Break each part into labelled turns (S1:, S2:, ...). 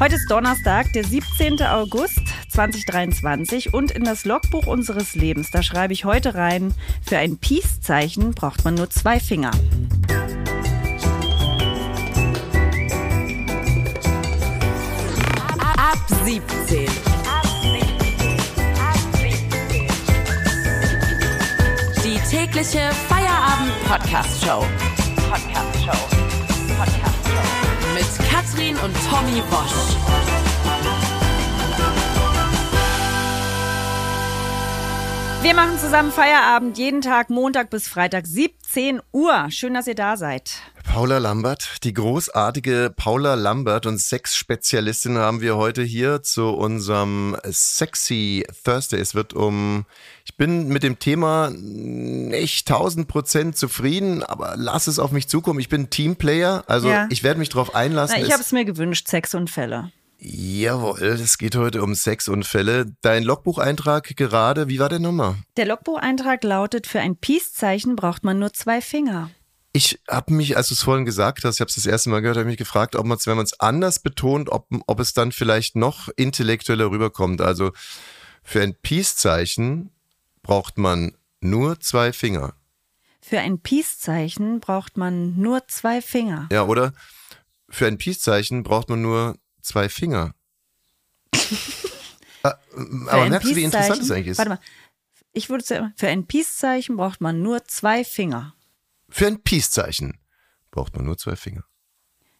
S1: Heute ist Donnerstag, der 17. August 2023 und in das Logbuch unseres Lebens, da schreibe ich heute rein, für ein Peace-Zeichen braucht man nur zwei Finger.
S2: Ab 17. Die tägliche Feierabend-Podcast-Show. Podcast-Show. Podcast-Show. Mit Katrin und Tommy Bosch.
S1: Wir machen zusammen Feierabend, jeden Tag, Montag bis Freitag, 17 Uhr. Schön, dass ihr da seid.
S3: Paula Lambert, die großartige Paula Lambert und Sex-Spezialistin haben wir heute hier zu unserem Sexy Thursday. Es wird um, ich bin mit dem Thema nicht 1000 Prozent zufrieden, aber lass es auf mich zukommen. Ich bin Teamplayer, also
S1: Ja.
S3: ich werde mich drauf einlassen.
S1: Na, ich
S3: Es-
S1: habe es mir gewünscht, Sex und Fälle.
S3: Jawohl, es geht heute um Sexunfälle. Dein Logbucheintrag gerade, wie war der Nummer?
S1: Der Logbucheintrag lautet, für ein Peace-Zeichen braucht man nur zwei Finger.
S3: Ich habe mich, als du es vorhin gesagt hast, ich habe es das erste Mal gehört, habe mich gefragt, ob man es, wenn man es anders betont, ob, ob es dann vielleicht noch intellektueller rüberkommt. Also für ein Peace-Zeichen braucht man nur zwei Finger.
S1: Für ein Peace-Zeichen braucht man nur zwei Finger.
S3: Ja, oder? Für ein Peace-Zeichen braucht man nur zwei Finger. Äh,
S1: Für
S3: Aber
S1: ein
S3: merkst du, wie interessant
S1: Peace-Zeichen-
S3: es eigentlich ist?
S1: Warte mal. Ich würde sagen, für ein Peace-Zeichen braucht man nur zwei Finger.
S3: Für ein Peace-Zeichen braucht man nur zwei Finger.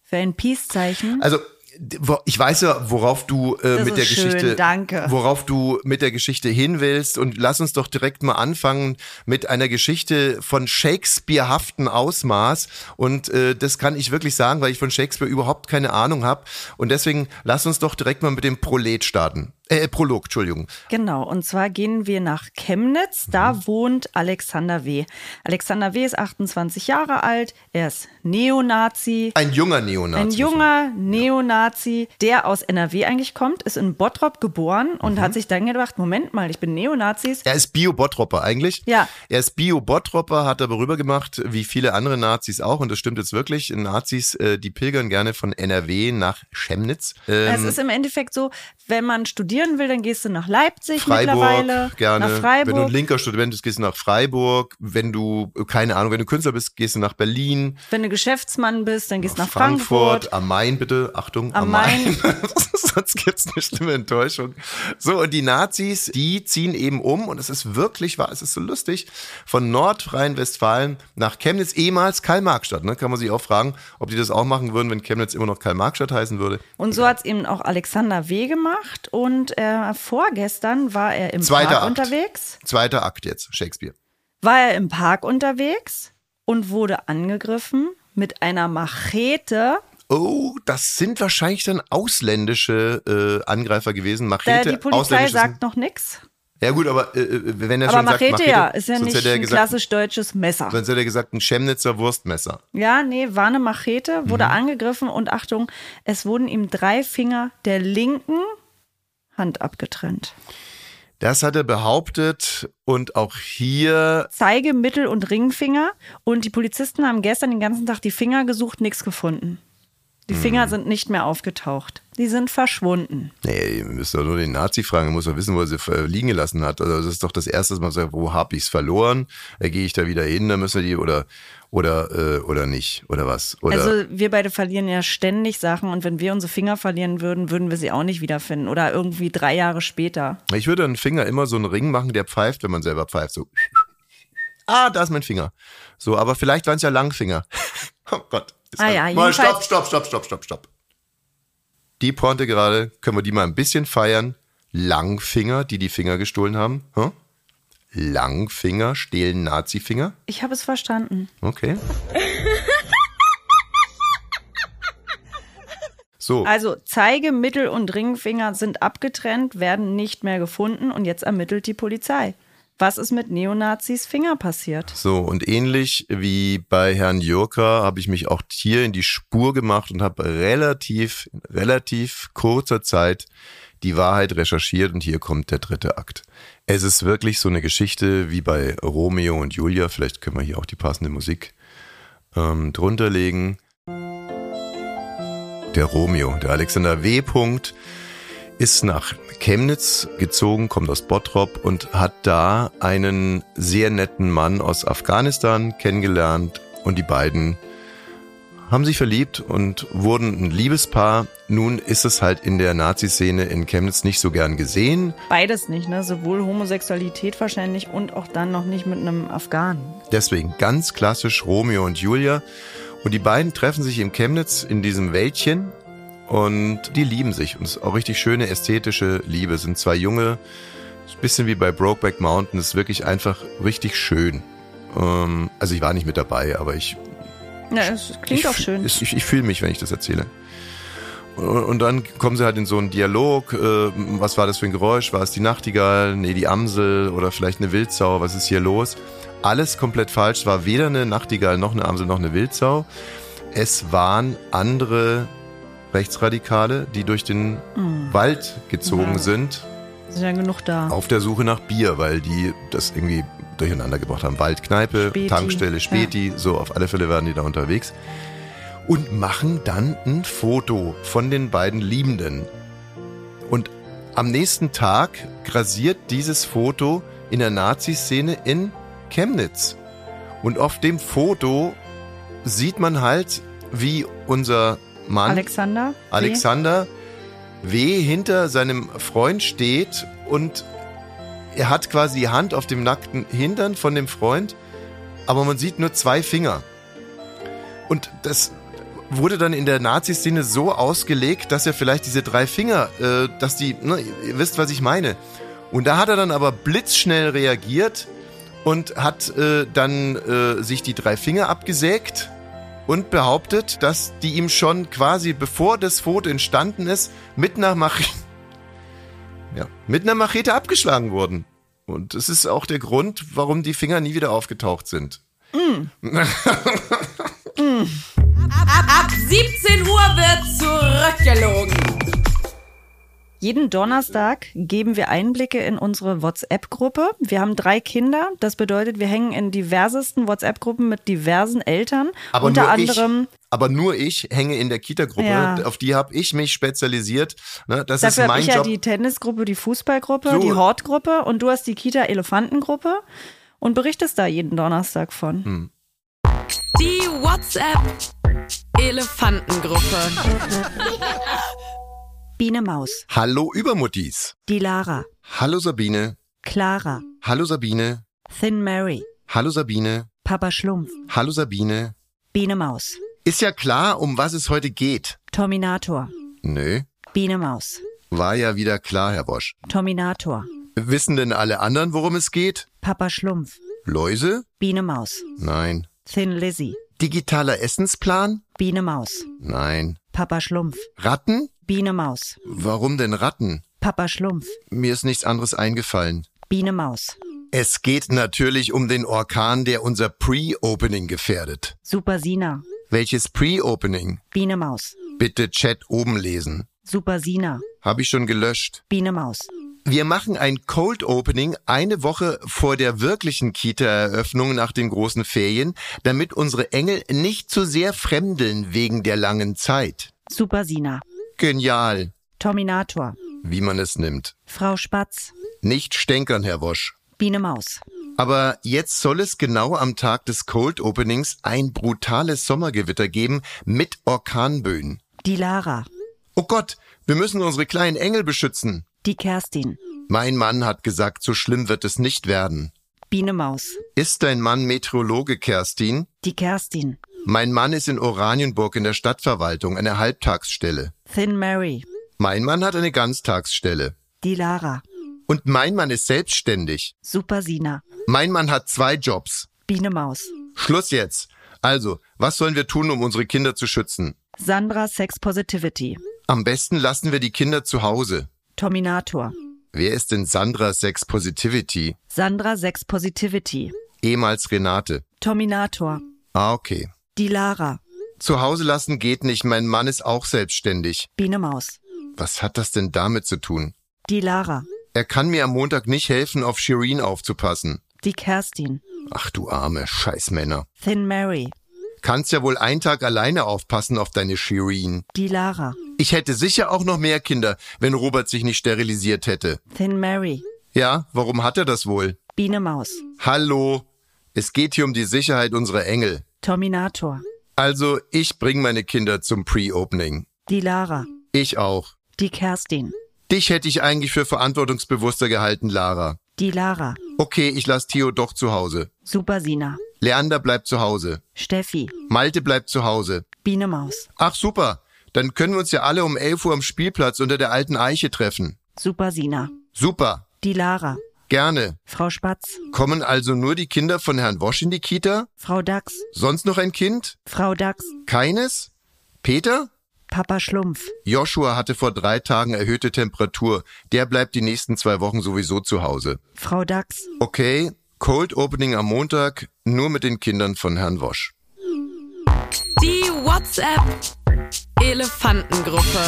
S1: Für ein Peace-Zeichen.
S3: Also d- wo- ich weiß ja, worauf du äh,
S1: Das ist
S3: mit der
S1: schön,
S3: Geschichte,
S1: danke.
S3: worauf du mit der Geschichte hin willst und lass uns doch direkt mal anfangen mit einer Geschichte von Shakespeare-haften Ausmaß und äh, das kann ich wirklich sagen, weil ich von Shakespeare überhaupt keine Ahnung habe und deswegen lass uns doch direkt mal mit dem Prolet starten, äh, Prolog, Entschuldigung.
S1: Genau, und zwar gehen wir nach Chemnitz. Da
S3: Mhm.
S1: wohnt Alexander W. Alexander W. ist 28 Jahre alt. Er ist Neonazi.
S3: Ein junger Neonazi.
S1: Ein junger Neonazi, der aus NRW eigentlich kommt, ist in Bottrop geboren und
S3: Mhm.
S1: hat sich dann gedacht, Moment mal, ich bin Neonazis.
S3: Er ist Bio-Bottropper eigentlich.
S1: Ja.
S3: Er ist Bio-Bottropper, hat aber rübergemacht, wie viele andere Nazis auch, und das stimmt jetzt wirklich. Nazis, äh, die pilgern gerne von NRW nach Chemnitz. Ähm,
S1: es ist im Endeffekt so, wenn man studieren will, dann gehst du nach Leipzig mittlerweile,
S3: Freiburg gerne.
S1: nach Freiburg.
S3: Wenn du ein linker Student bist, gehst du nach Freiburg. Wenn du, äh, keine Ahnung, wenn du Künstler bist, gehst du nach Berlin.
S1: Wenn du Geschäftsmann bist, dann gehst du nach Frankfurt.
S3: am Main bitte. Achtung, am,
S1: Am
S3: Main.
S1: Main.
S3: Sonst gibt's eine schlimme Enttäuschung. So, und die Nazis, die ziehen eben um, und es ist wirklich wahr, es ist so lustig, von Nordrhein-Westfalen nach Chemnitz, ehemals Karl-Marx-Stadt. Ne? Kann man sich auch fragen, ob die das auch machen würden, wenn Chemnitz immer noch Karl-Marx-Stadt heißen würde.
S1: Und so hat es eben auch Alexander W. gemacht. Und äh, vorgestern war er im
S3: Zweiter
S1: Park
S3: Akt.
S1: unterwegs.
S3: Zweiter Akt jetzt, Shakespeare.
S1: War er im Park unterwegs und wurde angegriffen mit einer Machete.
S3: Oh, das sind wahrscheinlich dann ausländische äh, Angreifer gewesen.
S1: Da
S3: Machete,
S1: Äh, die Polizei
S3: ausländisches-
S1: sagt noch nichts.
S3: Ja gut, aber äh, äh, wenn er
S1: Aber
S3: schon
S1: Machete,
S3: sagt,
S1: ja, ist ja
S3: sonst
S1: nicht
S3: hätte er
S1: ein
S3: gesagt,
S1: klassisch deutsches Messer.
S3: Sonst hätte er gesagt, ein Chemnitzer Wurstmesser.
S1: Ja, nee, war eine Machete,
S3: Mhm.
S1: wurde angegriffen und Achtung, es wurden ihm drei Finger der linken Hand abgetrennt.
S3: Das hat er behauptet und auch hier,
S1: Zeige, Mittel- und Ringfinger. Und die Polizisten haben gestern den ganzen Tag die Finger gesucht, nichts gefunden. Die Finger sind nicht mehr aufgetaucht. Die sind verschwunden.
S3: nee, ihr müsst doch nur den Nazi fragen, ihr muss doch wissen, wo er sie äh, liegen gelassen hat. Also das ist doch das Erste, dass man sagt, wo hab ich's verloren? Äh, Gehe ich da wieder hin, dann müssen die oder oder äh, oder nicht oder was? Oder
S1: Also wir beide verlieren ja ständig Sachen und wenn wir unsere Finger verlieren würden, würden wir sie auch nicht wiederfinden. Oder irgendwie drei Jahre später.
S3: ich würde einen Finger immer so einen Ring machen, der pfeift, wenn man selber pfeift, so. Ah, da ist mein Finger. So, aber vielleicht waren es ja Langfinger. Oh Gott. Das
S1: Ah
S3: war-
S1: ja,
S3: mal stopp,
S1: jedenfalls-
S3: stopp, stopp, stopp, stopp, stopp. Die Pointe gerade, können wir die mal ein bisschen feiern? Langfinger, die die Finger gestohlen haben. Hm? Langfinger stehlen Nazifinger.
S1: Ich habe es verstanden.
S3: Okay. So,
S1: Also Zeige, Mittel- und Ringfinger sind abgetrennt, werden nicht mehr gefunden und jetzt ermittelt die Polizei. Was ist mit Neonazis Finger passiert?
S3: So, und ähnlich wie bei Herrn Jürka habe ich mich auch hier in die Spur gemacht und habe relativ, in relativ kurzer Zeit die Wahrheit recherchiert und hier kommt der dritte Akt. Es ist wirklich so eine Geschichte wie bei Romeo und Julia. Vielleicht können wir hier auch die passende Musik ähm, drunter legen. der Romeo. Der Alexander W. Punkt ist nach Chemnitz gezogen, kommt aus Bottrop und hat da einen sehr netten Mann aus Afghanistan kennengelernt und die beiden haben sich verliebt und wurden ein Liebespaar. Nun ist es halt in der Nazi-Szene in Chemnitz nicht so gern gesehen.
S1: Beides nicht, ne? Sowohl Homosexualität wahrscheinlich und auch dann noch nicht mit einem Afghanen.
S3: Deswegen ganz klassisch Romeo und Julia. Und die beiden treffen sich in Chemnitz in diesem Wäldchen und die lieben sich. Und es ist auch richtig schöne ästhetische Liebe. Es sind zwei junge, ist ein bisschen wie bei Brokeback Mountain, Es ist wirklich einfach richtig schön. Ähm, also ich war nicht mit dabei, aber ich
S1: Ja, es klingt
S3: ich,
S1: auch schön.
S3: Ich, ich, ich fühle mich, wenn ich das erzähle. Und, und dann kommen sie halt in so einen Dialog. Äh, was war das für ein Geräusch? War es die Nachtigall? Nee, die Amsel oder vielleicht eine Wildsau? Was ist hier los? Alles komplett falsch. Es war weder eine Nachtigall noch eine Amsel noch eine Wildsau. Es waren andere Rechtsradikale, die durch den
S1: Hm.
S3: Wald gezogen
S1: Ja.
S3: sind,
S1: Sind ja genug da.
S3: auf der Suche nach Bier, weil die das irgendwie durcheinander gebracht haben. Waldkneipe,
S1: Späti.
S3: Tankstelle, Späti, so auf alle Fälle waren die da unterwegs. Und machen dann ein Foto von den beiden Liebenden. Und am nächsten Tag grasiert dieses Foto in der Nazi-Szene in Chemnitz. Und auf dem Foto sieht man halt, wie unser Mann
S1: Alexander?
S3: Alexander W. hinter seinem Freund steht und er hat quasi die Hand auf dem nackten Hintern von dem Freund, aber man sieht nur zwei Finger. Und das wurde dann in der Nazi-Szene so ausgelegt, dass er vielleicht diese drei Finger, äh, dass die, ne, ihr wisst, was ich meine. Und da hat er dann aber blitzschnell reagiert und hat äh, dann äh, sich die drei Finger abgesägt und behauptet, dass die ihm schon quasi bevor das Foto entstanden ist, mit einer Machete, ja, mit einer Machete abgeschlagen wurden. Und das ist auch der Grund, warum die Finger nie wieder aufgetaucht sind.
S2: Ab, ab 17 Uhr wird zurückgelogen.
S1: Jeden Donnerstag geben wir Einblicke in unsere WhatsApp-Gruppe. Wir haben drei Kinder. Das bedeutet, wir hängen in diversesten WhatsApp-Gruppen mit diversen Eltern.
S3: Aber
S1: Unter
S3: nur
S1: anderem.
S3: ich, aber nur ich hänge in der Kita-Gruppe.
S1: Ja.
S3: Auf die habe ich mich spezialisiert. Ne, das
S1: Dafür
S3: ist
S1: habe
S3: mein
S1: ich ja
S3: Job.
S1: die Tennisgruppe, die Fußballgruppe,
S3: So.
S1: die Hortgruppe und du hast die Kita-Elefantengruppe und berichtest da jeden Donnerstag von.
S3: Hm.
S2: Die WhatsApp Elefantengruppe.
S1: Biene Maus,
S3: Hallo Übermuttis.
S1: die Lara,
S3: Hallo Sabine.
S1: Clara,
S3: Hallo Sabine.
S1: Thin Mary,
S3: Hallo Sabine.
S1: Papa Schlumpf,
S3: Hallo Sabine.
S1: Biene Maus,
S3: Ist ja klar, um was es heute geht.
S1: Terminator,
S3: Nö.
S1: Biene Maus,
S3: War ja wieder klar, Herr Bosch.
S1: Terminator,
S3: Wissen denn alle anderen, worum es geht?
S1: Papa Schlumpf,
S3: Läuse?
S1: Biene Maus,
S3: Nein.
S1: Thin Lizzy,
S3: Digitaler Essensplan?
S1: Biene Maus,
S3: Nein.
S1: Papa Schlumpf,
S3: Ratten?
S1: Biene Maus,
S3: Warum denn Ratten?
S1: Papa Schlumpf,
S3: Mir ist nichts anderes eingefallen.
S1: Biene Maus,
S3: Es geht natürlich um den Orkan, der unser Pre-Opening gefährdet.
S1: Super Sina,
S3: Welches Pre-Opening?
S1: Biene Maus,
S3: Bitte Chat oben lesen.
S1: Super Sina,
S3: Hab ich schon gelöscht.
S1: Biene Maus,
S3: Wir machen ein Cold Opening eine Woche vor der wirklichen Kita-Eröffnung nach den großen Ferien, damit unsere Engel nicht zu sehr fremdeln wegen der langen Zeit.
S1: Super Sina,
S3: Genial,
S1: Terminator,
S3: wie man es nimmt.
S1: Frau Spatz,
S3: Nicht stänkern, Herr Wosch.
S1: Biene Maus,
S3: Aber jetzt soll es genau am Tag des Cold Openings ein brutales Sommergewitter geben mit Orkanböen.
S1: die Lara,
S3: Oh Gott, wir müssen unsere kleinen Engel beschützen.
S1: die Kerstin,
S3: Mein Mann hat gesagt, so schlimm wird es nicht werden.
S1: Biene Maus,
S3: Ist dein Mann Meteorologe, Kerstin?
S1: die Kerstin,
S3: Mein Mann ist in Oranienburg in der Stadtverwaltung, eine Halbtagsstelle.
S1: Thin Mary,
S3: Mein Mann hat eine Ganztagsstelle.
S1: die Lara,
S3: Und mein Mann ist selbstständig.
S1: Super Sina,
S3: Mein Mann hat zwei Jobs.
S1: Biene Maus,
S3: Schluss jetzt. Also, was sollen wir tun, um unsere Kinder zu schützen?
S1: Sandra Sex Positivity,
S3: Am besten lassen wir die Kinder zu Hause.
S1: Terminator,
S3: Wer ist denn Sandra Sex Positivity?
S1: Sandra Sex Positivity,
S3: Ehemals Renate.
S1: Terminator,
S3: Ah, okay.
S1: die Lara,
S3: Zu Hause lassen geht nicht, mein Mann ist auch selbstständig.
S1: Biene Maus,
S3: Was hat das denn damit zu tun?
S1: die Lara,
S3: Er kann mir am Montag nicht helfen, auf Shireen aufzupassen.
S1: die Kerstin,
S3: Ach du arme Scheißmänner.
S1: Thin Mary,
S3: Kannst ja wohl einen Tag alleine aufpassen auf deine Shireen.
S1: Die Lara.
S3: Ich hätte sicher auch noch mehr Kinder, wenn Robert sich nicht sterilisiert hätte.
S1: Thin Mary.
S3: Ja, warum hat er das wohl?
S1: Biene Maus.
S3: Hallo, es geht hier um die Sicherheit unserer Engel.
S1: Terminator.
S3: Also, ich bringe meine Kinder zum Pre-Opening.
S1: Die Lara.
S3: Ich auch.
S1: Die Kerstin.
S3: Dich hätte ich eigentlich für verantwortungsbewusster gehalten, Lara.
S1: Die Lara.
S3: Okay, ich lasse Theo doch zu Hause.
S1: Super Sina.
S3: Leander bleibt zu Hause.
S1: Steffi.
S3: Malte bleibt zu Hause.
S1: Biene Maus.
S3: Ach super, dann können wir uns ja alle um 11 Uhr am Spielplatz unter der alten Eiche treffen.
S1: Super Sina.
S3: Super,
S1: Die Lara.
S3: gerne.
S1: Frau Spatz.
S3: Kommen also nur die Kinder von Herrn Wosch in die Kita?
S1: Frau Dachs.
S3: Sonst noch ein Kind?
S1: Frau Dachs.
S3: Keines? Peter?
S1: Papa Schlumpf.
S3: Joshua hatte vor drei Tagen erhöhte Temperatur. Der bleibt die nächsten zwei Wochen sowieso zu Hause.
S1: Frau Dachs.
S3: Okay, Cold Opening am Montag, nur mit den Kindern von Herrn Wosch.
S2: Die WhatsApp Elefantengruppe.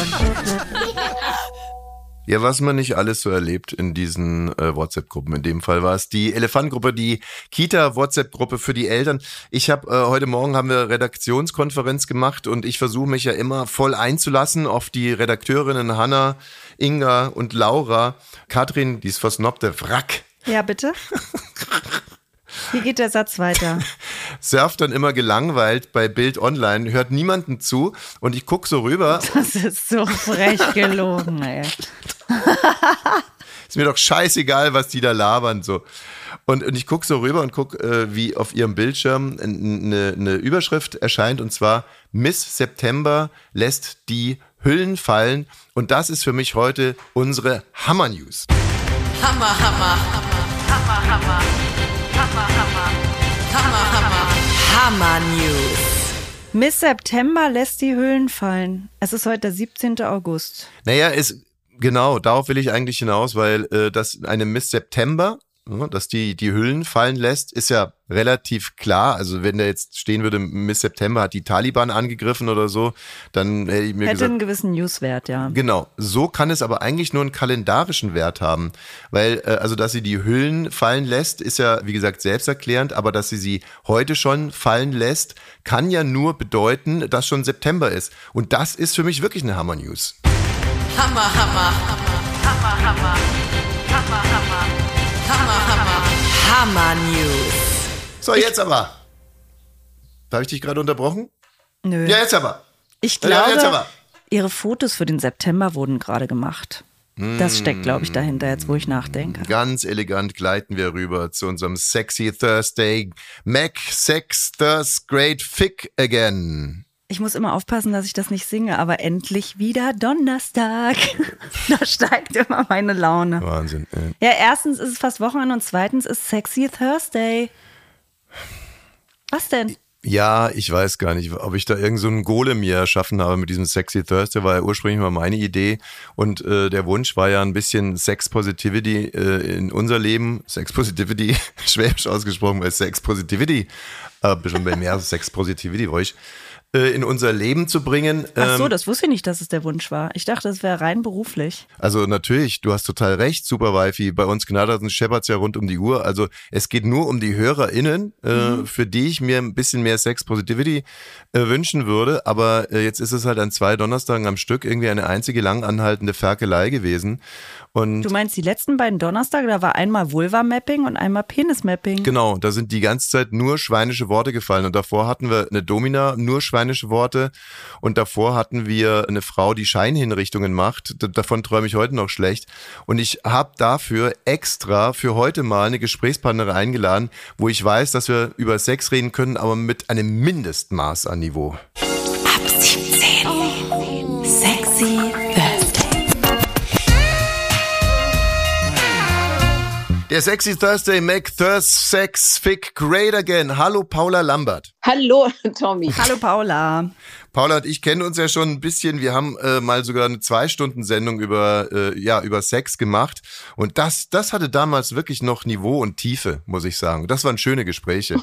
S3: Ja, was man nicht alles so erlebt in diesen äh, WhatsApp-Gruppen. In dem Fall war es die Elefantgruppe, die Kita-WhatsApp-Gruppe für die Eltern. Ich habe äh, heute Morgen haben wir Redaktionskonferenz gemacht und ich versuche mich ja immer voll einzulassen auf die Redakteurinnen Hanna, Inga und Laura. Katrin, die ist versnobte Wrack,
S1: Ja, bitte. Wie geht der Satz weiter?
S3: surft dann immer gelangweilt bei Bild Online, hört niemanden zu und ich guck so rüber
S1: Das ist so frech gelogen, ey.
S3: ist mir doch scheißegal, was die da labern. So. Und, und ich gucke so rüber und gucke, äh, wie auf ihrem Bildschirm eine, eine ne Überschrift erscheint und zwar Miss September lässt die Hüllen fallen. Und das ist für mich heute unsere Hammer News.
S2: Hammer, Hammer. Hammer, Hammer. Hammer, Hammer. Hammer, Hammer. Hammer News.
S1: Miss September lässt die Höhlen fallen. Es ist heute der 17. August.
S3: Naja, ist, genau, darauf will ich eigentlich hinaus, weil äh, dass eine Miss September, ne, dass die die Hüllen fallen lässt, ist ja relativ klar. Also wenn da jetzt stehen würde, Miss September hat die Taliban angegriffen oder so, dann hätte ich mir
S1: Hätte
S3: gesagt,
S1: einen gewissen Newswert, ja.
S3: Genau, so kann es aber eigentlich nur einen kalendarischen Wert haben, weil äh, also dass sie die Hüllen fallen lässt, ist ja wie gesagt selbsterklärend, aber dass sie sie heute schon fallen lässt, kann ja nur bedeuten, dass schon September ist und das ist für mich wirklich eine Hammer News.
S2: Hammer, Hammer. Hammer, Hammer. Hammer, Hammer. Hammer, Hammer. Hammer News.
S3: So jetzt aber. Habe ich dich gerade unterbrochen?
S1: Nö.
S3: Ja, jetzt aber.
S1: Ich
S3: Ja,
S1: glaube,
S3: jetzt aber.
S1: ihre Fotos für den September wurden gerade gemacht. Das steckt, glaube ich, dahinter, jetzt wo ich nachdenke.
S3: Ganz elegant gleiten wir rüber zu unserem Sexy Thursday Mac Sex Thurs Great Fick Again.
S1: Ich muss immer aufpassen, dass ich das nicht singe, aber endlich wieder Donnerstag. da steigt immer meine Laune.
S3: Wahnsinn. Äh.
S1: Ja, erstens ist es fast Wochenende und zweitens ist Sexy Thursday. Was denn?
S3: Ja, ich weiß gar nicht, ob ich da irgend so einen Golem mir erschaffen habe mit diesem Sexy Thursday, war ja ursprünglich mal meine Idee und äh, der Wunsch war ja ein bisschen Sex Positivity äh, in unser Leben, Sex Positivity, schwäbisch ausgesprochen, weil Sex Positivity, äh, bestimmt bei mehr Sex Positivity war ich, äh, in unser Leben zu bringen.
S1: Ach so,
S3: Ähm,
S1: das wusste ich nicht, dass es der Wunsch war. Ich dachte, das wäre rein beruflich.
S3: also natürlich, du hast total recht, Super Wifi. Bei uns knatterten Shepherds ja rund um die Uhr. Also es geht nur um die HörerInnen, äh, für die ich mir ein bisschen mehr Sex Positivity äh, wünschen würde. Aber äh, jetzt ist es halt an zwei Donnerstagen am Stück irgendwie eine einzige lang anhaltende Ferkelei gewesen. Und
S1: Du meinst, die letzten beiden Donnerstage, da war einmal Vulva-Mapping und einmal Penis-Mapping.
S3: Genau, da sind die ganze Zeit nur schweinische Worte gefallen. Und davor hatten wir eine Domina, nur schweinische Worte. Und davor hatten wir eine Frau, die Scheinhinrichtungen macht. D davon träume ich heute noch schlecht. Und ich habe dafür extra für heute mal eine Gesprächspartnerin eingeladen, wo ich weiß, dass wir über Sex reden können, aber mit einem Mindestmaß an Niveau.
S2: Ab 17. Sexy Thursday.
S3: Der Sexy Thursday Make Thurs Sex Fick Great Again. Hallo Paula Lambert.
S4: Hallo, Tommy.
S1: Hallo Paula.
S3: Paula und ich kennen uns ja schon ein bisschen. Wir haben äh, mal sogar eine Zwei-Stunden-Sendung über, äh, ja, über Sex gemacht. Und das, das hatte damals wirklich noch Niveau und Tiefe, muss ich sagen. Das waren schöne Gespräche.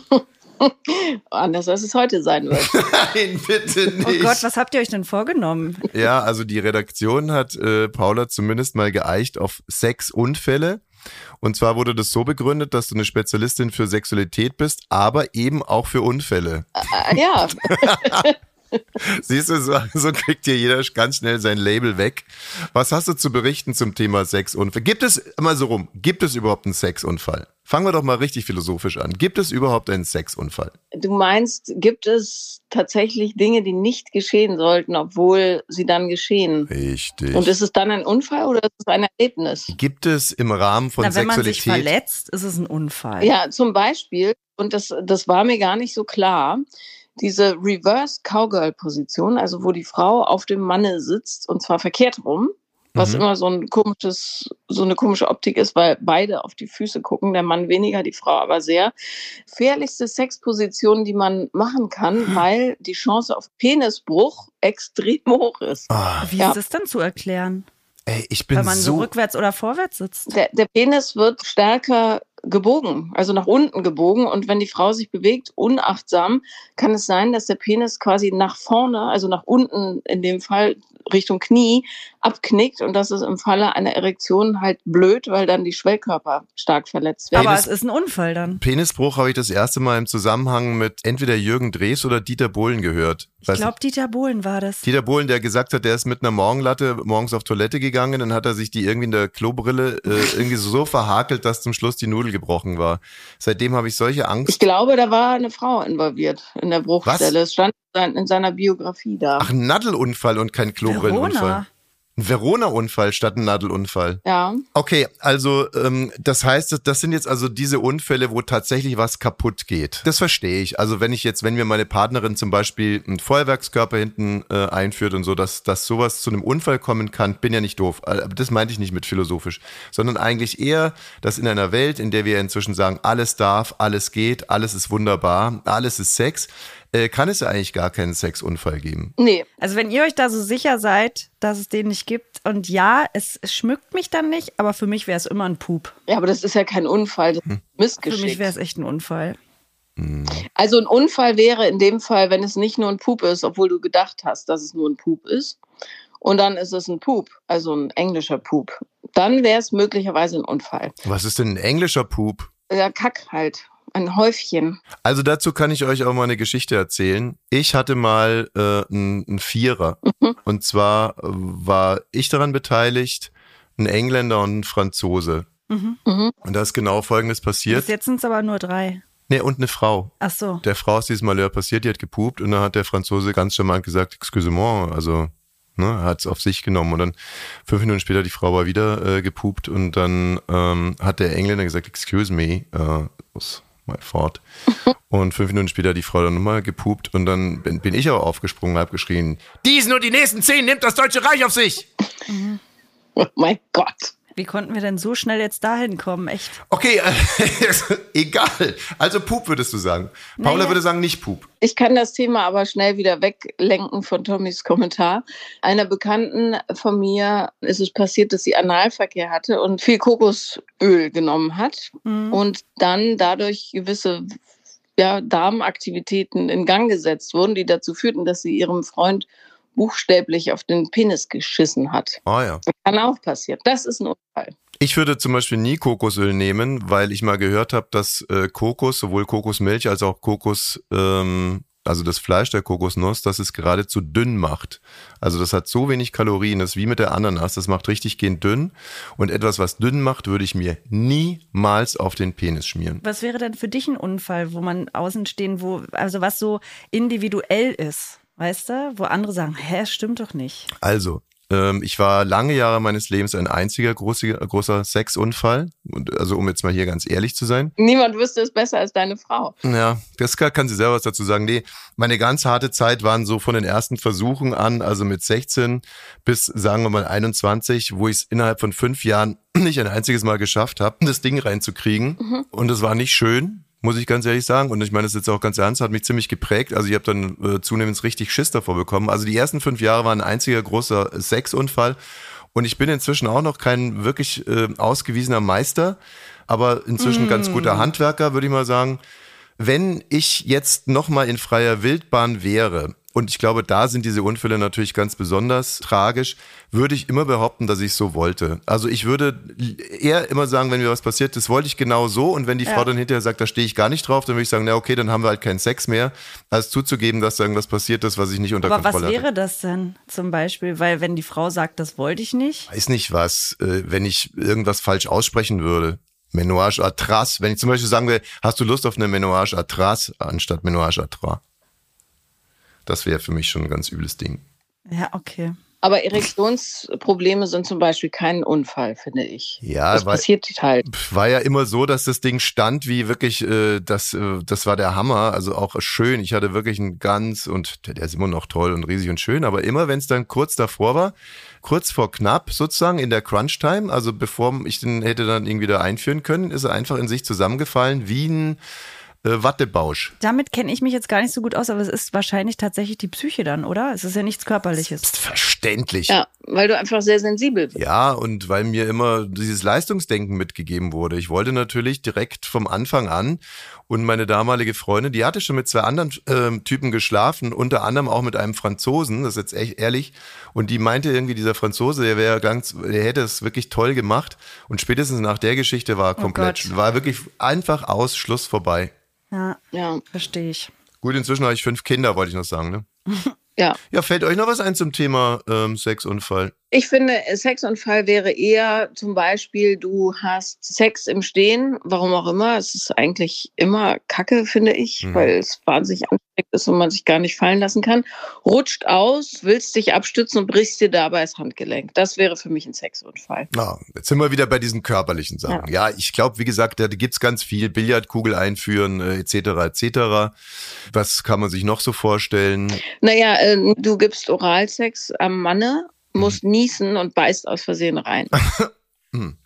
S4: Anders als es heute sein wird.
S3: Nein, bitte
S1: Oh Gott, was habt ihr euch denn vorgenommen?
S3: Ja, also die Redaktion hat äh, Paula zumindest mal geeicht auf Sexunfälle. Und zwar wurde das so begründet, dass du eine Spezialistin für Sexualität bist, aber eben auch für Unfälle.
S4: Ah, ja,
S3: Siehst du, so, so kriegt hier jeder ganz schnell sein Label weg. Was hast du zu berichten zum Thema Sexunfall? Gibt es, mal so rum, gibt es überhaupt einen Sexunfall? Fangen wir doch mal richtig philosophisch an. Gibt es überhaupt einen Sexunfall?
S4: du meinst, gibt es tatsächlich Dinge, die nicht geschehen sollten, obwohl sie dann geschehen?
S3: Richtig.
S4: Und ist es dann ein Unfall oder ist es ein Erlebnis?
S3: gibt es im Rahmen von
S1: Na, wenn man sich
S3: Sexualität
S1: verletzt, ist es ein Unfall.
S4: Ja, zum Beispiel, und das, das war mir gar nicht so klar, diese Reverse Cowgirl-Position, also wo die Frau auf dem Manne sitzt und zwar verkehrt rum, was
S3: Mhm.
S4: immer so ein komisches, so eine komische Optik ist, weil beide auf die Füße gucken, der Mann weniger, die Frau aber sehr. Gefährlichste Sexposition, die man machen kann, weil die Chance auf Penisbruch extrem hoch ist.
S3: Ah,
S1: Wie
S4: Ja.
S1: ist es denn zu erklären,
S3: ey, ich bin
S1: wenn man so,
S3: so
S1: rückwärts oder vorwärts sitzt?
S4: Der, der Penis wird stärker gebogen, also nach unten gebogen. Und wenn die Frau sich bewegt, unachtsam, kann es sein, dass der Penis quasi nach vorne, also nach unten in dem Fall Richtung Knie, abknickt. Und das ist im Falle einer Erektion halt blöd, weil dann die Schwellkörper stark verletzt werden.
S1: Aber
S3: Penis-
S1: es ist ein Unfall dann.
S3: Penisbruch habe ich das erste Mal im Zusammenhang mit entweder Jürgen Drees oder Dieter Bohlen gehört.
S1: Ich
S3: Weiß
S1: glaube, Dieter Bohlen war das.
S3: Dieter Bohlen, der gesagt hat, der ist mit einer Morgenlatte morgens auf Toilette gegangen, dann hat er sich die irgendwie in der Klobrille äh, irgendwie so verhakelt, dass zum Schluss die Nudel gebrochen war. Seitdem habe ich solche
S4: Ich
S3: Angst.
S4: glaube, da war eine Frau involviert in der Bruchstelle. Es stand sein- in seiner Biografie da.
S3: Ach, ein Nadelunfall und kein Klobrillenunfall.
S1: Verona.
S3: Ein Verona-Unfall statt ein Nadelunfall.
S4: Ja,
S3: Okay, also ähm, das heißt, das sind jetzt also diese Unfälle, wo tatsächlich was kaputt geht. Das verstehe ich. Also wenn ich jetzt, wenn mir meine Partnerin zum Beispiel einen Feuerwerkskörper hinten äh, einführt und so, dass, dass sowas zu einem Unfall kommen kann, bin ja nicht doof. Äh, Aber das meinte ich nicht mit philosophisch, sondern eigentlich eher, dass in einer Welt, in der wir inzwischen sagen, alles darf, alles geht, alles ist wunderbar, alles ist Sex, äh, kann es ja eigentlich gar keinen Sexunfall geben.
S4: nee,
S1: Also wenn ihr euch da so sicher seid, dass es den nicht gibt und ja, es schmückt mich dann nicht, aber für mich wäre es immer ein Pup.
S4: ja, aber das ist ja kein Unfall, das
S3: Hm.
S4: ist
S1: Für mich
S4: Missgeschick.
S1: wäre es echt ein Unfall.
S4: Also ein Unfall wäre in dem Fall, wenn es nicht nur ein Pup ist, obwohl du gedacht hast, dass es nur ein Pup ist. Und dann ist es ein Pup, also ein englischer Pup. Dann wäre es möglicherweise ein Unfall.
S3: Was ist denn ein englischer Pup?
S4: Ja, Kack halt. Ein Häufchen.
S3: Also dazu kann ich euch auch mal eine Geschichte erzählen. Ich hatte mal äh, einen einen Vierer. Und zwar äh, war ich daran beteiligt, ein Engländer und ein Franzose.
S4: Mhm.
S3: Und da ist genau Folgendes
S1: Bis
S3: passiert.
S1: jetzt sind es aber nur drei.
S3: Nee, und eine Frau.
S1: Ach so.
S3: Der Frau ist dieses Malheur passiert, die hat gepupt und dann hat der Franzose ganz charmant gesagt, excusez-moi, also ne, hat es auf sich genommen. Und dann fünf Minuten später, die Frau war wieder äh, gepupt und dann ähm, hat der Engländer gesagt, excuse me, äh, was my fault. Und fünf Minuten später hat die Frau dann nochmal gepupt und dann bin, bin ich aber aufgesprungen und habe geschrien, diesen und die nächsten zehn nimmt das Deutsche Reich auf sich.
S4: Oh mein Gott.
S1: Wie konnten wir denn so schnell jetzt dahin kommen? Echt?
S3: Okay, äh, egal. Also Pup würdest du sagen. Paula
S1: Naja.
S3: würde sagen, nicht Pup.
S4: Ich kann das Thema aber schnell wieder weglenken von Tommys Kommentar. Einer Bekannten von mir ist es passiert, dass sie Analverkehr hatte und viel Kokosöl genommen hat
S3: Mhm.
S1: mhm.
S4: und dann dadurch gewisse ja, Darmaktivitäten in Gang gesetzt wurden, die dazu führten, dass sie ihrem Freund buchstäblich auf den Penis geschissen hat.
S3: Ah ja.
S4: Kann auch passieren. Das ist ein Unfall.
S3: Ich würde zum Beispiel nie Kokosöl nehmen, weil ich mal gehört habe, dass äh, Kokos, sowohl Kokosmilch als auch Kokos, ähm, also das Fleisch der Kokosnuss, dass es geradezu dünn macht. Also das hat so wenig Kalorien, das ist wie mit der Ananas, das macht richtig gehend dünn. Und etwas, was dünn macht, würde ich mir niemals auf den Penis schmieren.
S1: Was wäre denn für dich ein Unfall, wo man außen stehen, wo, also was so individuell ist, weißt du? Wo andere sagen, hä, stimmt doch nicht.
S3: Also, ähm, ich war lange Jahre meines Lebens ein einziger großer, großer Sexunfall. Und, also um jetzt mal hier ganz ehrlich zu sein.
S4: Niemand wüsste es besser als deine Frau.
S3: Ja, das kann, kann sie selber was dazu sagen. Nee, meine ganz harte Zeit waren so von den ersten Versuchen an, also mit 16 bis, sagen wir mal, 21, wo ich es innerhalb von fünf Jahren nicht ein einziges Mal geschafft habe, das Ding reinzukriegen. Und es war nicht schön. Muss ich ganz ehrlich sagen. Und ich meine das jetzt auch ganz ernst, hat mich ziemlich geprägt. Also ich habe dann äh, zunehmend richtig Schiss davor bekommen. Also die ersten fünf Jahre waren ein einziger großer Sexunfall. Und ich bin inzwischen auch noch kein wirklich äh, ausgewiesener Meister, aber inzwischen ganz guter Handwerker, würde ich mal sagen wenn ich jetzt nochmal in freier Wildbahn wäre Und ich glaube, da sind diese Unfälle natürlich ganz besonders tragisch. Würde ich immer behaupten, dass ich so wollte. Also ich würde eher immer sagen, wenn mir was passiert, das wollte ich genau so. Und wenn die ja. Frau dann hinterher sagt, da stehe ich gar nicht drauf, dann würde ich sagen, na okay, dann haben wir halt keinen Sex mehr, als zuzugeben, dass da irgendwas passiert ist, was ich nicht unter
S1: Aber
S3: Kontrolle
S1: was wäre das denn zum Beispiel? Weil wenn die Frau sagt, das wollte ich nicht.
S3: Weiß nicht was, äh, wenn ich irgendwas falsch aussprechen würde. Menouage à Trace. Wenn ich zum Beispiel sagen will, hast du Lust auf eine Menouage à Trace anstatt Menouage à Trois? Das wäre für mich schon ein ganz übles Ding.
S1: Ja, okay.
S4: Aber Erektionsprobleme sind zum Beispiel kein Unfall, finde ich.
S3: Ja,
S4: das war, passiert halt.
S3: War ja immer so, dass das Ding stand, wie wirklich, äh, das, äh, das war der Hammer. Also auch schön. Ich hatte wirklich einen ganz und der, der ist immer noch toll und riesig und schön. Aber immer, wenn es dann kurz davor war, kurz vor knapp sozusagen in der Crunch-Time, also bevor ich den hätte dann irgendwie da einführen können, ist er einfach in sich zusammengefallen wie ein äh, Wattebausch.
S1: Damit kenne ich mich jetzt gar nicht so gut aus, aber es ist wahrscheinlich tatsächlich die Psyche dann, oder? Es ist ja nichts Körperliches. Das ist
S3: verständlich.
S4: Ja, weil du einfach sehr sensibel bist.
S3: Ja, und weil mir immer dieses Leistungsdenken mitgegeben wurde. Ich wollte natürlich direkt vom Anfang an und meine damalige Freundin, die hatte schon mit zwei anderen äh, Typen geschlafen, unter anderem auch mit einem Franzosen, das ist jetzt echt ehrlich. Und die meinte irgendwie, dieser Franzose, der wäre ganz, der hätte es wirklich toll gemacht. Und spätestens nach der Geschichte war komplett, oh war wirklich einfach aus, Schluss vorbei.
S1: Ja, ja. verstehe ich.
S3: Gut, inzwischen habe ich fünf Kinder, wollte ich noch sagen, ne?
S4: ja.
S3: Ja, fällt euch noch was ein zum Thema ähm, Sexunfall?
S4: Ich finde, Sexunfall wäre eher zum Beispiel, du hast Sex im Stehen, warum auch immer. Es ist eigentlich immer Kacke, finde ich, mhm. weil es wahnsinnig anstrengend ist und man sich gar nicht fallen lassen kann. Rutscht aus, willst dich abstützen und brichst dir dabei das Handgelenk. Das wäre für mich ein Sexunfall.
S3: Ah, jetzt sind wir wieder bei diesen körperlichen Sachen. Ja, ja ich glaube, wie gesagt, da gibt es ganz viel. Billardkugel einführen, äh, etc., etc. Was kann man sich noch so vorstellen?
S4: Naja, äh, du gibst Oralsex am Manne muss niesen und beißt aus Versehen rein.
S3: hm.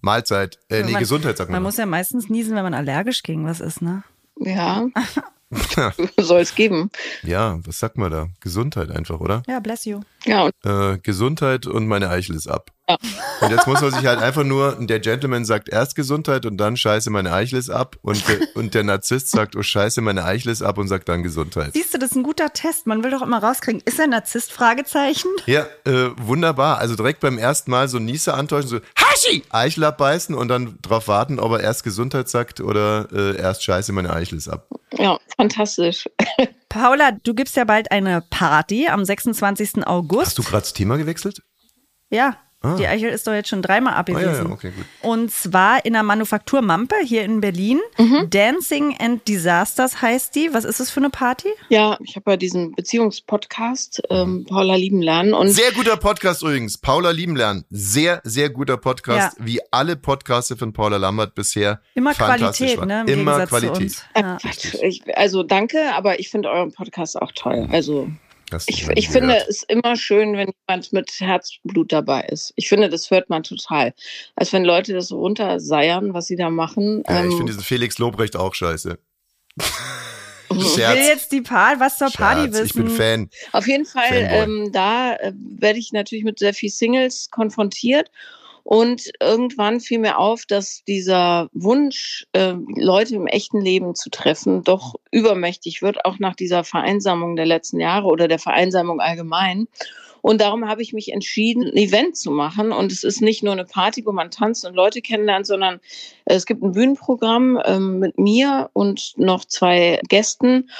S3: Mahlzeit, äh, nee, man, Gesundheit sagt
S1: man. Man muss ja meistens niesen, wenn man allergisch gegen was ist, ne?
S4: Ja. Soll es geben.
S3: Ja, was sagt man da? Gesundheit einfach, oder?
S1: Ja, bless you.
S4: Ja.
S3: Äh, Gesundheit und meine Eichel ist ab. Ja. Und jetzt muss man sich halt einfach nur, der Gentleman sagt erst Gesundheit und dann scheiße, meine Eichel ist ab. Und, der, und der Narzisst sagt, oh scheiße, meine Eichel ist ab und sagt dann Gesundheit.
S1: Siehst du, das ist ein guter Test. Man will doch immer rauskriegen, ist er Narzisst? Fragezeichen.
S3: Ja, äh, wunderbar. Also direkt beim ersten Mal so Nieser antäuschen, so Hashi! Eichel abbeißen und dann drauf warten, ob er erst Gesundheit sagt oder äh, erst scheiße, meine Eichel ist ab.
S4: Ja, fantastisch.
S1: Paula, du gibst ja bald eine Party am 26. August.
S3: Hast du gerade das Thema gewechselt?
S1: Ja. Ah. Die Eichel ist doch jetzt schon dreimal abgewesen. Ah, ja, ja, okay, gut. Und zwar in der Manufaktur Mampe hier in Berlin. Mhm. Dancing and Disasters heißt die. Was ist das für eine Party?
S4: Ja, ich habe ja diesen Beziehungspodcast ähm, Paula lieben lernen. Und
S3: sehr guter Podcast übrigens. Paula lieben lernen. Sehr, sehr guter Podcast. Ja. Wie alle Podcaste von Paula Lambert bisher.
S1: Immer Qualität, ne?
S3: Im Immer Gegensatz Qualität.
S4: Ja. äh, also danke, aber ich finde euren Podcast auch toll. Also ich, ich finde es immer schön, wenn jemand mit Herzblut dabei ist. Ich finde, das hört man total. Als wenn Leute das so runterseiern, was sie da machen.
S3: Ja, ähm, ich finde diesen Felix Lobrecht auch scheiße.
S1: Ich will jetzt die Part, was zur Party
S3: Scherz,
S1: wissen.
S3: Ich bin Fan.
S4: Auf jeden Fall, ähm, da äh, werde ich natürlich mit sehr viel Singles konfrontiert. Und irgendwann fiel mir auf, dass dieser Wunsch, äh, Leute im echten Leben zu treffen, doch übermächtig wird, auch nach dieser Vereinsamung der letzten Jahre oder der Vereinsamung allgemein. Und darum habe ich mich entschieden, ein Event zu machen. Und es ist nicht nur eine Party, wo man tanzt und Leute kennenlernt, sondern es gibt ein Bühnenprogramm ähm, mit mir und noch zwei Gästen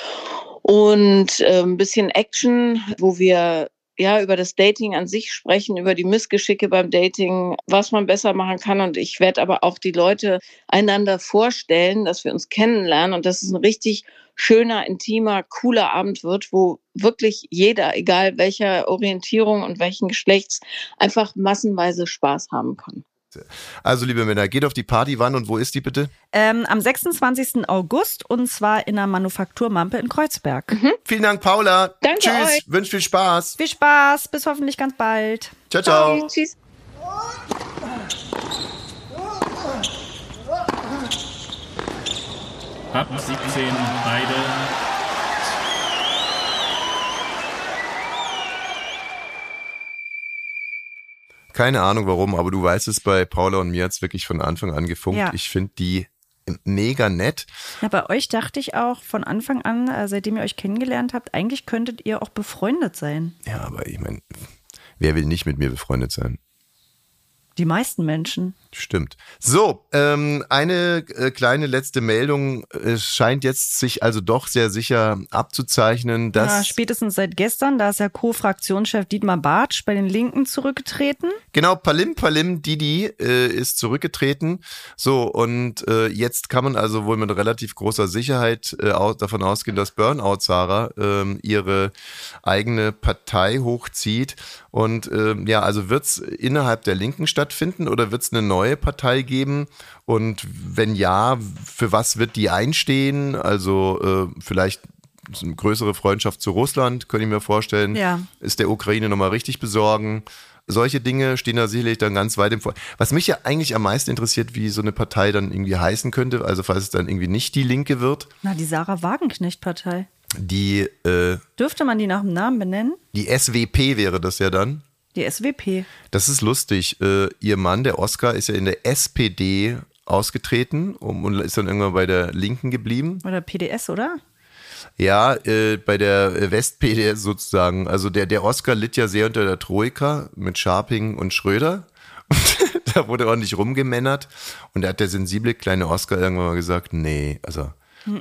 S4: und äh, ein bisschen Action, wo wir ja, über das Dating an sich sprechen, über die Missgeschicke beim Dating, was man besser machen kann. Und ich werde aber auch die Leute einander vorstellen, dass wir uns kennenlernen und dass es ein richtig schöner, intimer, cooler Abend wird, wo wirklich jeder, egal welcher Orientierung und welchen Geschlechts, einfach massenweise Spaß haben kann.
S3: Also, liebe Männer, geht auf die Party. Wann und wo ist die bitte?
S1: Ähm, am 26. August und zwar in der Manufaktur Mampe in Kreuzberg.
S3: Mhm. Vielen Dank, Paula.
S4: Danke
S3: Tschüss.
S4: Euch.
S3: Wünsche viel Spaß.
S1: Viel Spaß. Bis hoffentlich ganz bald.
S3: Ciao, ciao. Bye.
S4: Tschüss.
S5: Ab 17 beide.
S3: keine Ahnung warum, aber du weißt es, bei Paula und mir hat es wirklich von Anfang an gefunkt. Ja. Ich finde die mega nett.
S1: Ja, bei euch dachte ich auch von Anfang an, äh, seitdem ihr euch kennengelernt habt, eigentlich könntet ihr auch befreundet sein.
S3: Ja, aber ich meine, wer will nicht mit mir befreundet sein?
S1: Die meisten Menschen.
S3: Stimmt. So, ähm, eine äh, kleine letzte Meldung. Es scheint jetzt sich also doch sehr sicher abzuzeichnen, dass.
S1: Ja, spätestens seit gestern, da ist ja Co-Fraktionschef Dietmar Bartsch bei den Linken zurückgetreten.
S3: Genau, Palim Palim Didi äh, ist zurückgetreten. So, und äh, jetzt kann man also wohl mit relativ großer Sicherheit äh, au- davon ausgehen, dass Burnout Sarah ähm, ihre eigene Partei hochzieht. Und ähm, ja, also wird's innerhalb der Linken stattfinden oder wird's eine neue Partei geben? Und wenn ja, für was wird die einstehen? Also äh, vielleicht eine größere Freundschaft zu Russland, könnte ich mir vorstellen.
S1: Ja.
S3: Ist der Ukraine nochmal richtig besorgen? Solche Dinge stehen da sicherlich dann ganz weit im Vor. Was mich ja eigentlich am meisten interessiert, wie so eine Partei dann irgendwie heißen könnte, also falls es dann irgendwie nicht die Linke wird,
S1: Na, die Sarah Wagenknecht-Partei.
S3: die, äh,
S1: Dürfte man die nach dem Namen benennen?
S3: die SWP wäre das ja dann.
S1: Die SWP.
S3: Das ist lustig. Äh, ihr Mann, der Oscar, ist ja in der SPD ausgetreten um, und ist dann irgendwann bei der Linken geblieben.
S1: Oder PDS, oder?
S3: Ja, äh, bei der West-PD sozusagen. Also der, der Oscar litt ja sehr unter der Troika mit Scharping und Schröder. Und da wurde ordentlich rumgemännert. Und da hat der sensible kleine Oscar irgendwann mal gesagt, nee, also...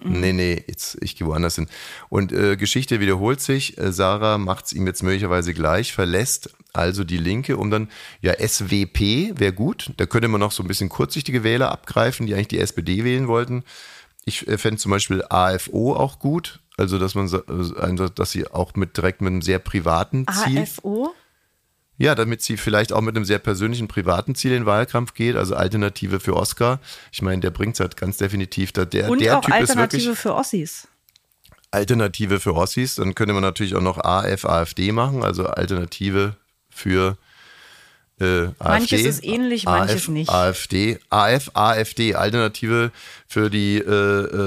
S3: Nee, nee, jetzt, ich gehe woanders hin. Und äh, Geschichte wiederholt sich. Äh, Sarah macht es ihm jetzt möglicherweise gleich, verlässt also die Linke, um dann, ja, SWP wäre gut. Da könnte man noch so ein bisschen kurzsichtige Wähler abgreifen, die eigentlich die SPD wählen wollten. Ich fände zum Beispiel AFO auch gut. Also, dass man sa- also einfach, dass sie auch mit direkt mit einem sehr privaten Ziel.
S1: AFO?
S3: Ja, damit sie vielleicht auch mit einem sehr persönlichen, privaten Ziel in den Wahlkampf geht. Also Alternative für Oscar. Ich meine, der bringt es halt ganz definitiv. Da der
S1: Und
S3: der
S1: auch
S3: Typ ist
S1: Alternative
S3: wirklich
S1: für Ossis.
S3: Alternative für Ossis. Dann könnte man natürlich auch noch AF, AfD machen. Also Alternative für äh, AfD.
S1: Manches ist ähnlich, manches
S3: AF,
S1: nicht.
S3: AfD, AF, AfD, Alternative für die. Äh,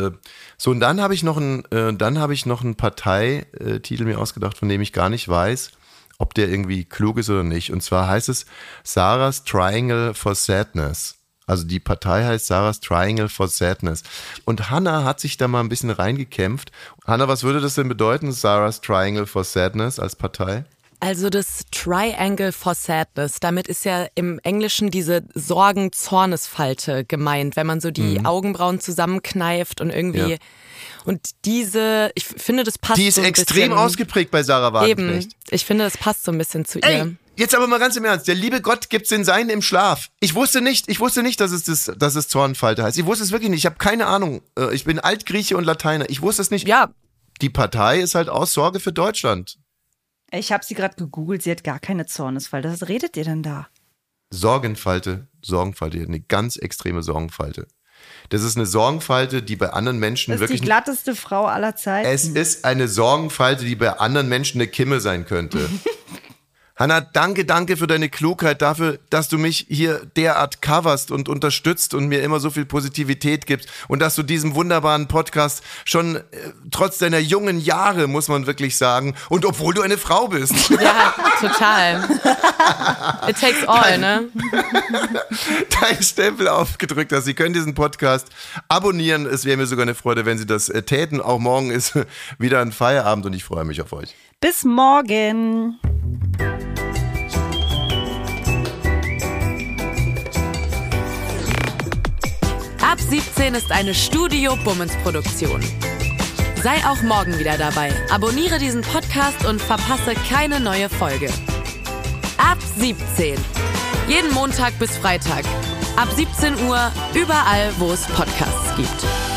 S3: äh. So und dann habe ich noch einen, äh, dann habe ich noch einen Parteititel mir ausgedacht, von dem ich gar nicht weiß, ob der irgendwie klug ist oder nicht. Und zwar heißt es Sarah's Triangle for Sadness. Also die Partei heißt Sarah's Triangle for Sadness. Und Hannah hat sich da mal ein bisschen reingekämpft. Hannah, was würde das denn bedeuten, Sarah's Triangle for Sadness als Partei?
S2: Also das Triangle for Sadness, damit ist ja im Englischen diese Sorgen-Zornesfalte gemeint, wenn man so die Augenbrauen zusammenkneift und irgendwie.
S3: Mhm. Ja.
S2: Und diese, ich f- finde, das passt
S3: Die ist
S2: so ein
S3: extrem
S2: bisschen,
S3: ausgeprägt bei Sarah Wagenknecht.
S2: Eben, ich finde, das passt so ein bisschen zu
S3: Ey,
S2: ihr.
S3: jetzt aber mal ganz im Ernst. Der liebe Gott gibt's den Seinen im Schlaf. Ich wusste nicht, ich wusste nicht, dass es, das, dass es Zornfalte heißt. Ich wusste es wirklich nicht. Ich habe keine Ahnung. Äh, Ich bin Altgrieche und Lateiner. Ich wusste es nicht.
S2: Ja,
S3: Die Partei ist halt aus Sorge für Deutschland.
S1: Ich habe sie gerade gegoogelt, sie hat gar keine Zornesfalte. Was redet ihr denn da?
S3: Sorgenfalte, Sorgenfalte, die hat eine ganz extreme Sorgenfalte. Das ist eine Sorgenfalte, die bei anderen Menschen
S1: Das ist die
S3: wirklich.
S1: glatteste Frau aller Zeiten.
S3: Es ist eine Sorgenfalte, die bei anderen Menschen eine Kimme sein könnte. Hanna, danke, danke für deine Klugheit, dafür, dass du mich hier derart coverst und unterstützt und mir immer so viel Positivität gibst und dass du diesem wunderbaren Podcast schon äh, trotz deiner jungen Jahre, muss man wirklich sagen, und obwohl du eine Frau bist.
S2: ja, total. It takes all, ne?
S3: deinen Stempel aufgedrückt hast. Sie können diesen Podcast abonnieren. Es wäre mir sogar eine Freude, wenn Sie das äh, täten. Auch morgen ist wieder ein Feierabend und ich freue mich auf euch.
S1: Bis morgen.
S2: Ab 17 ist eine Studio Bummens Produktion. Sei auch morgen wieder dabei. Abonniere diesen Podcast und verpasse keine neue Folge. Ab 17. Jeden Montag bis Freitag. Ab 17 Uhr überall, wo es Podcasts gibt.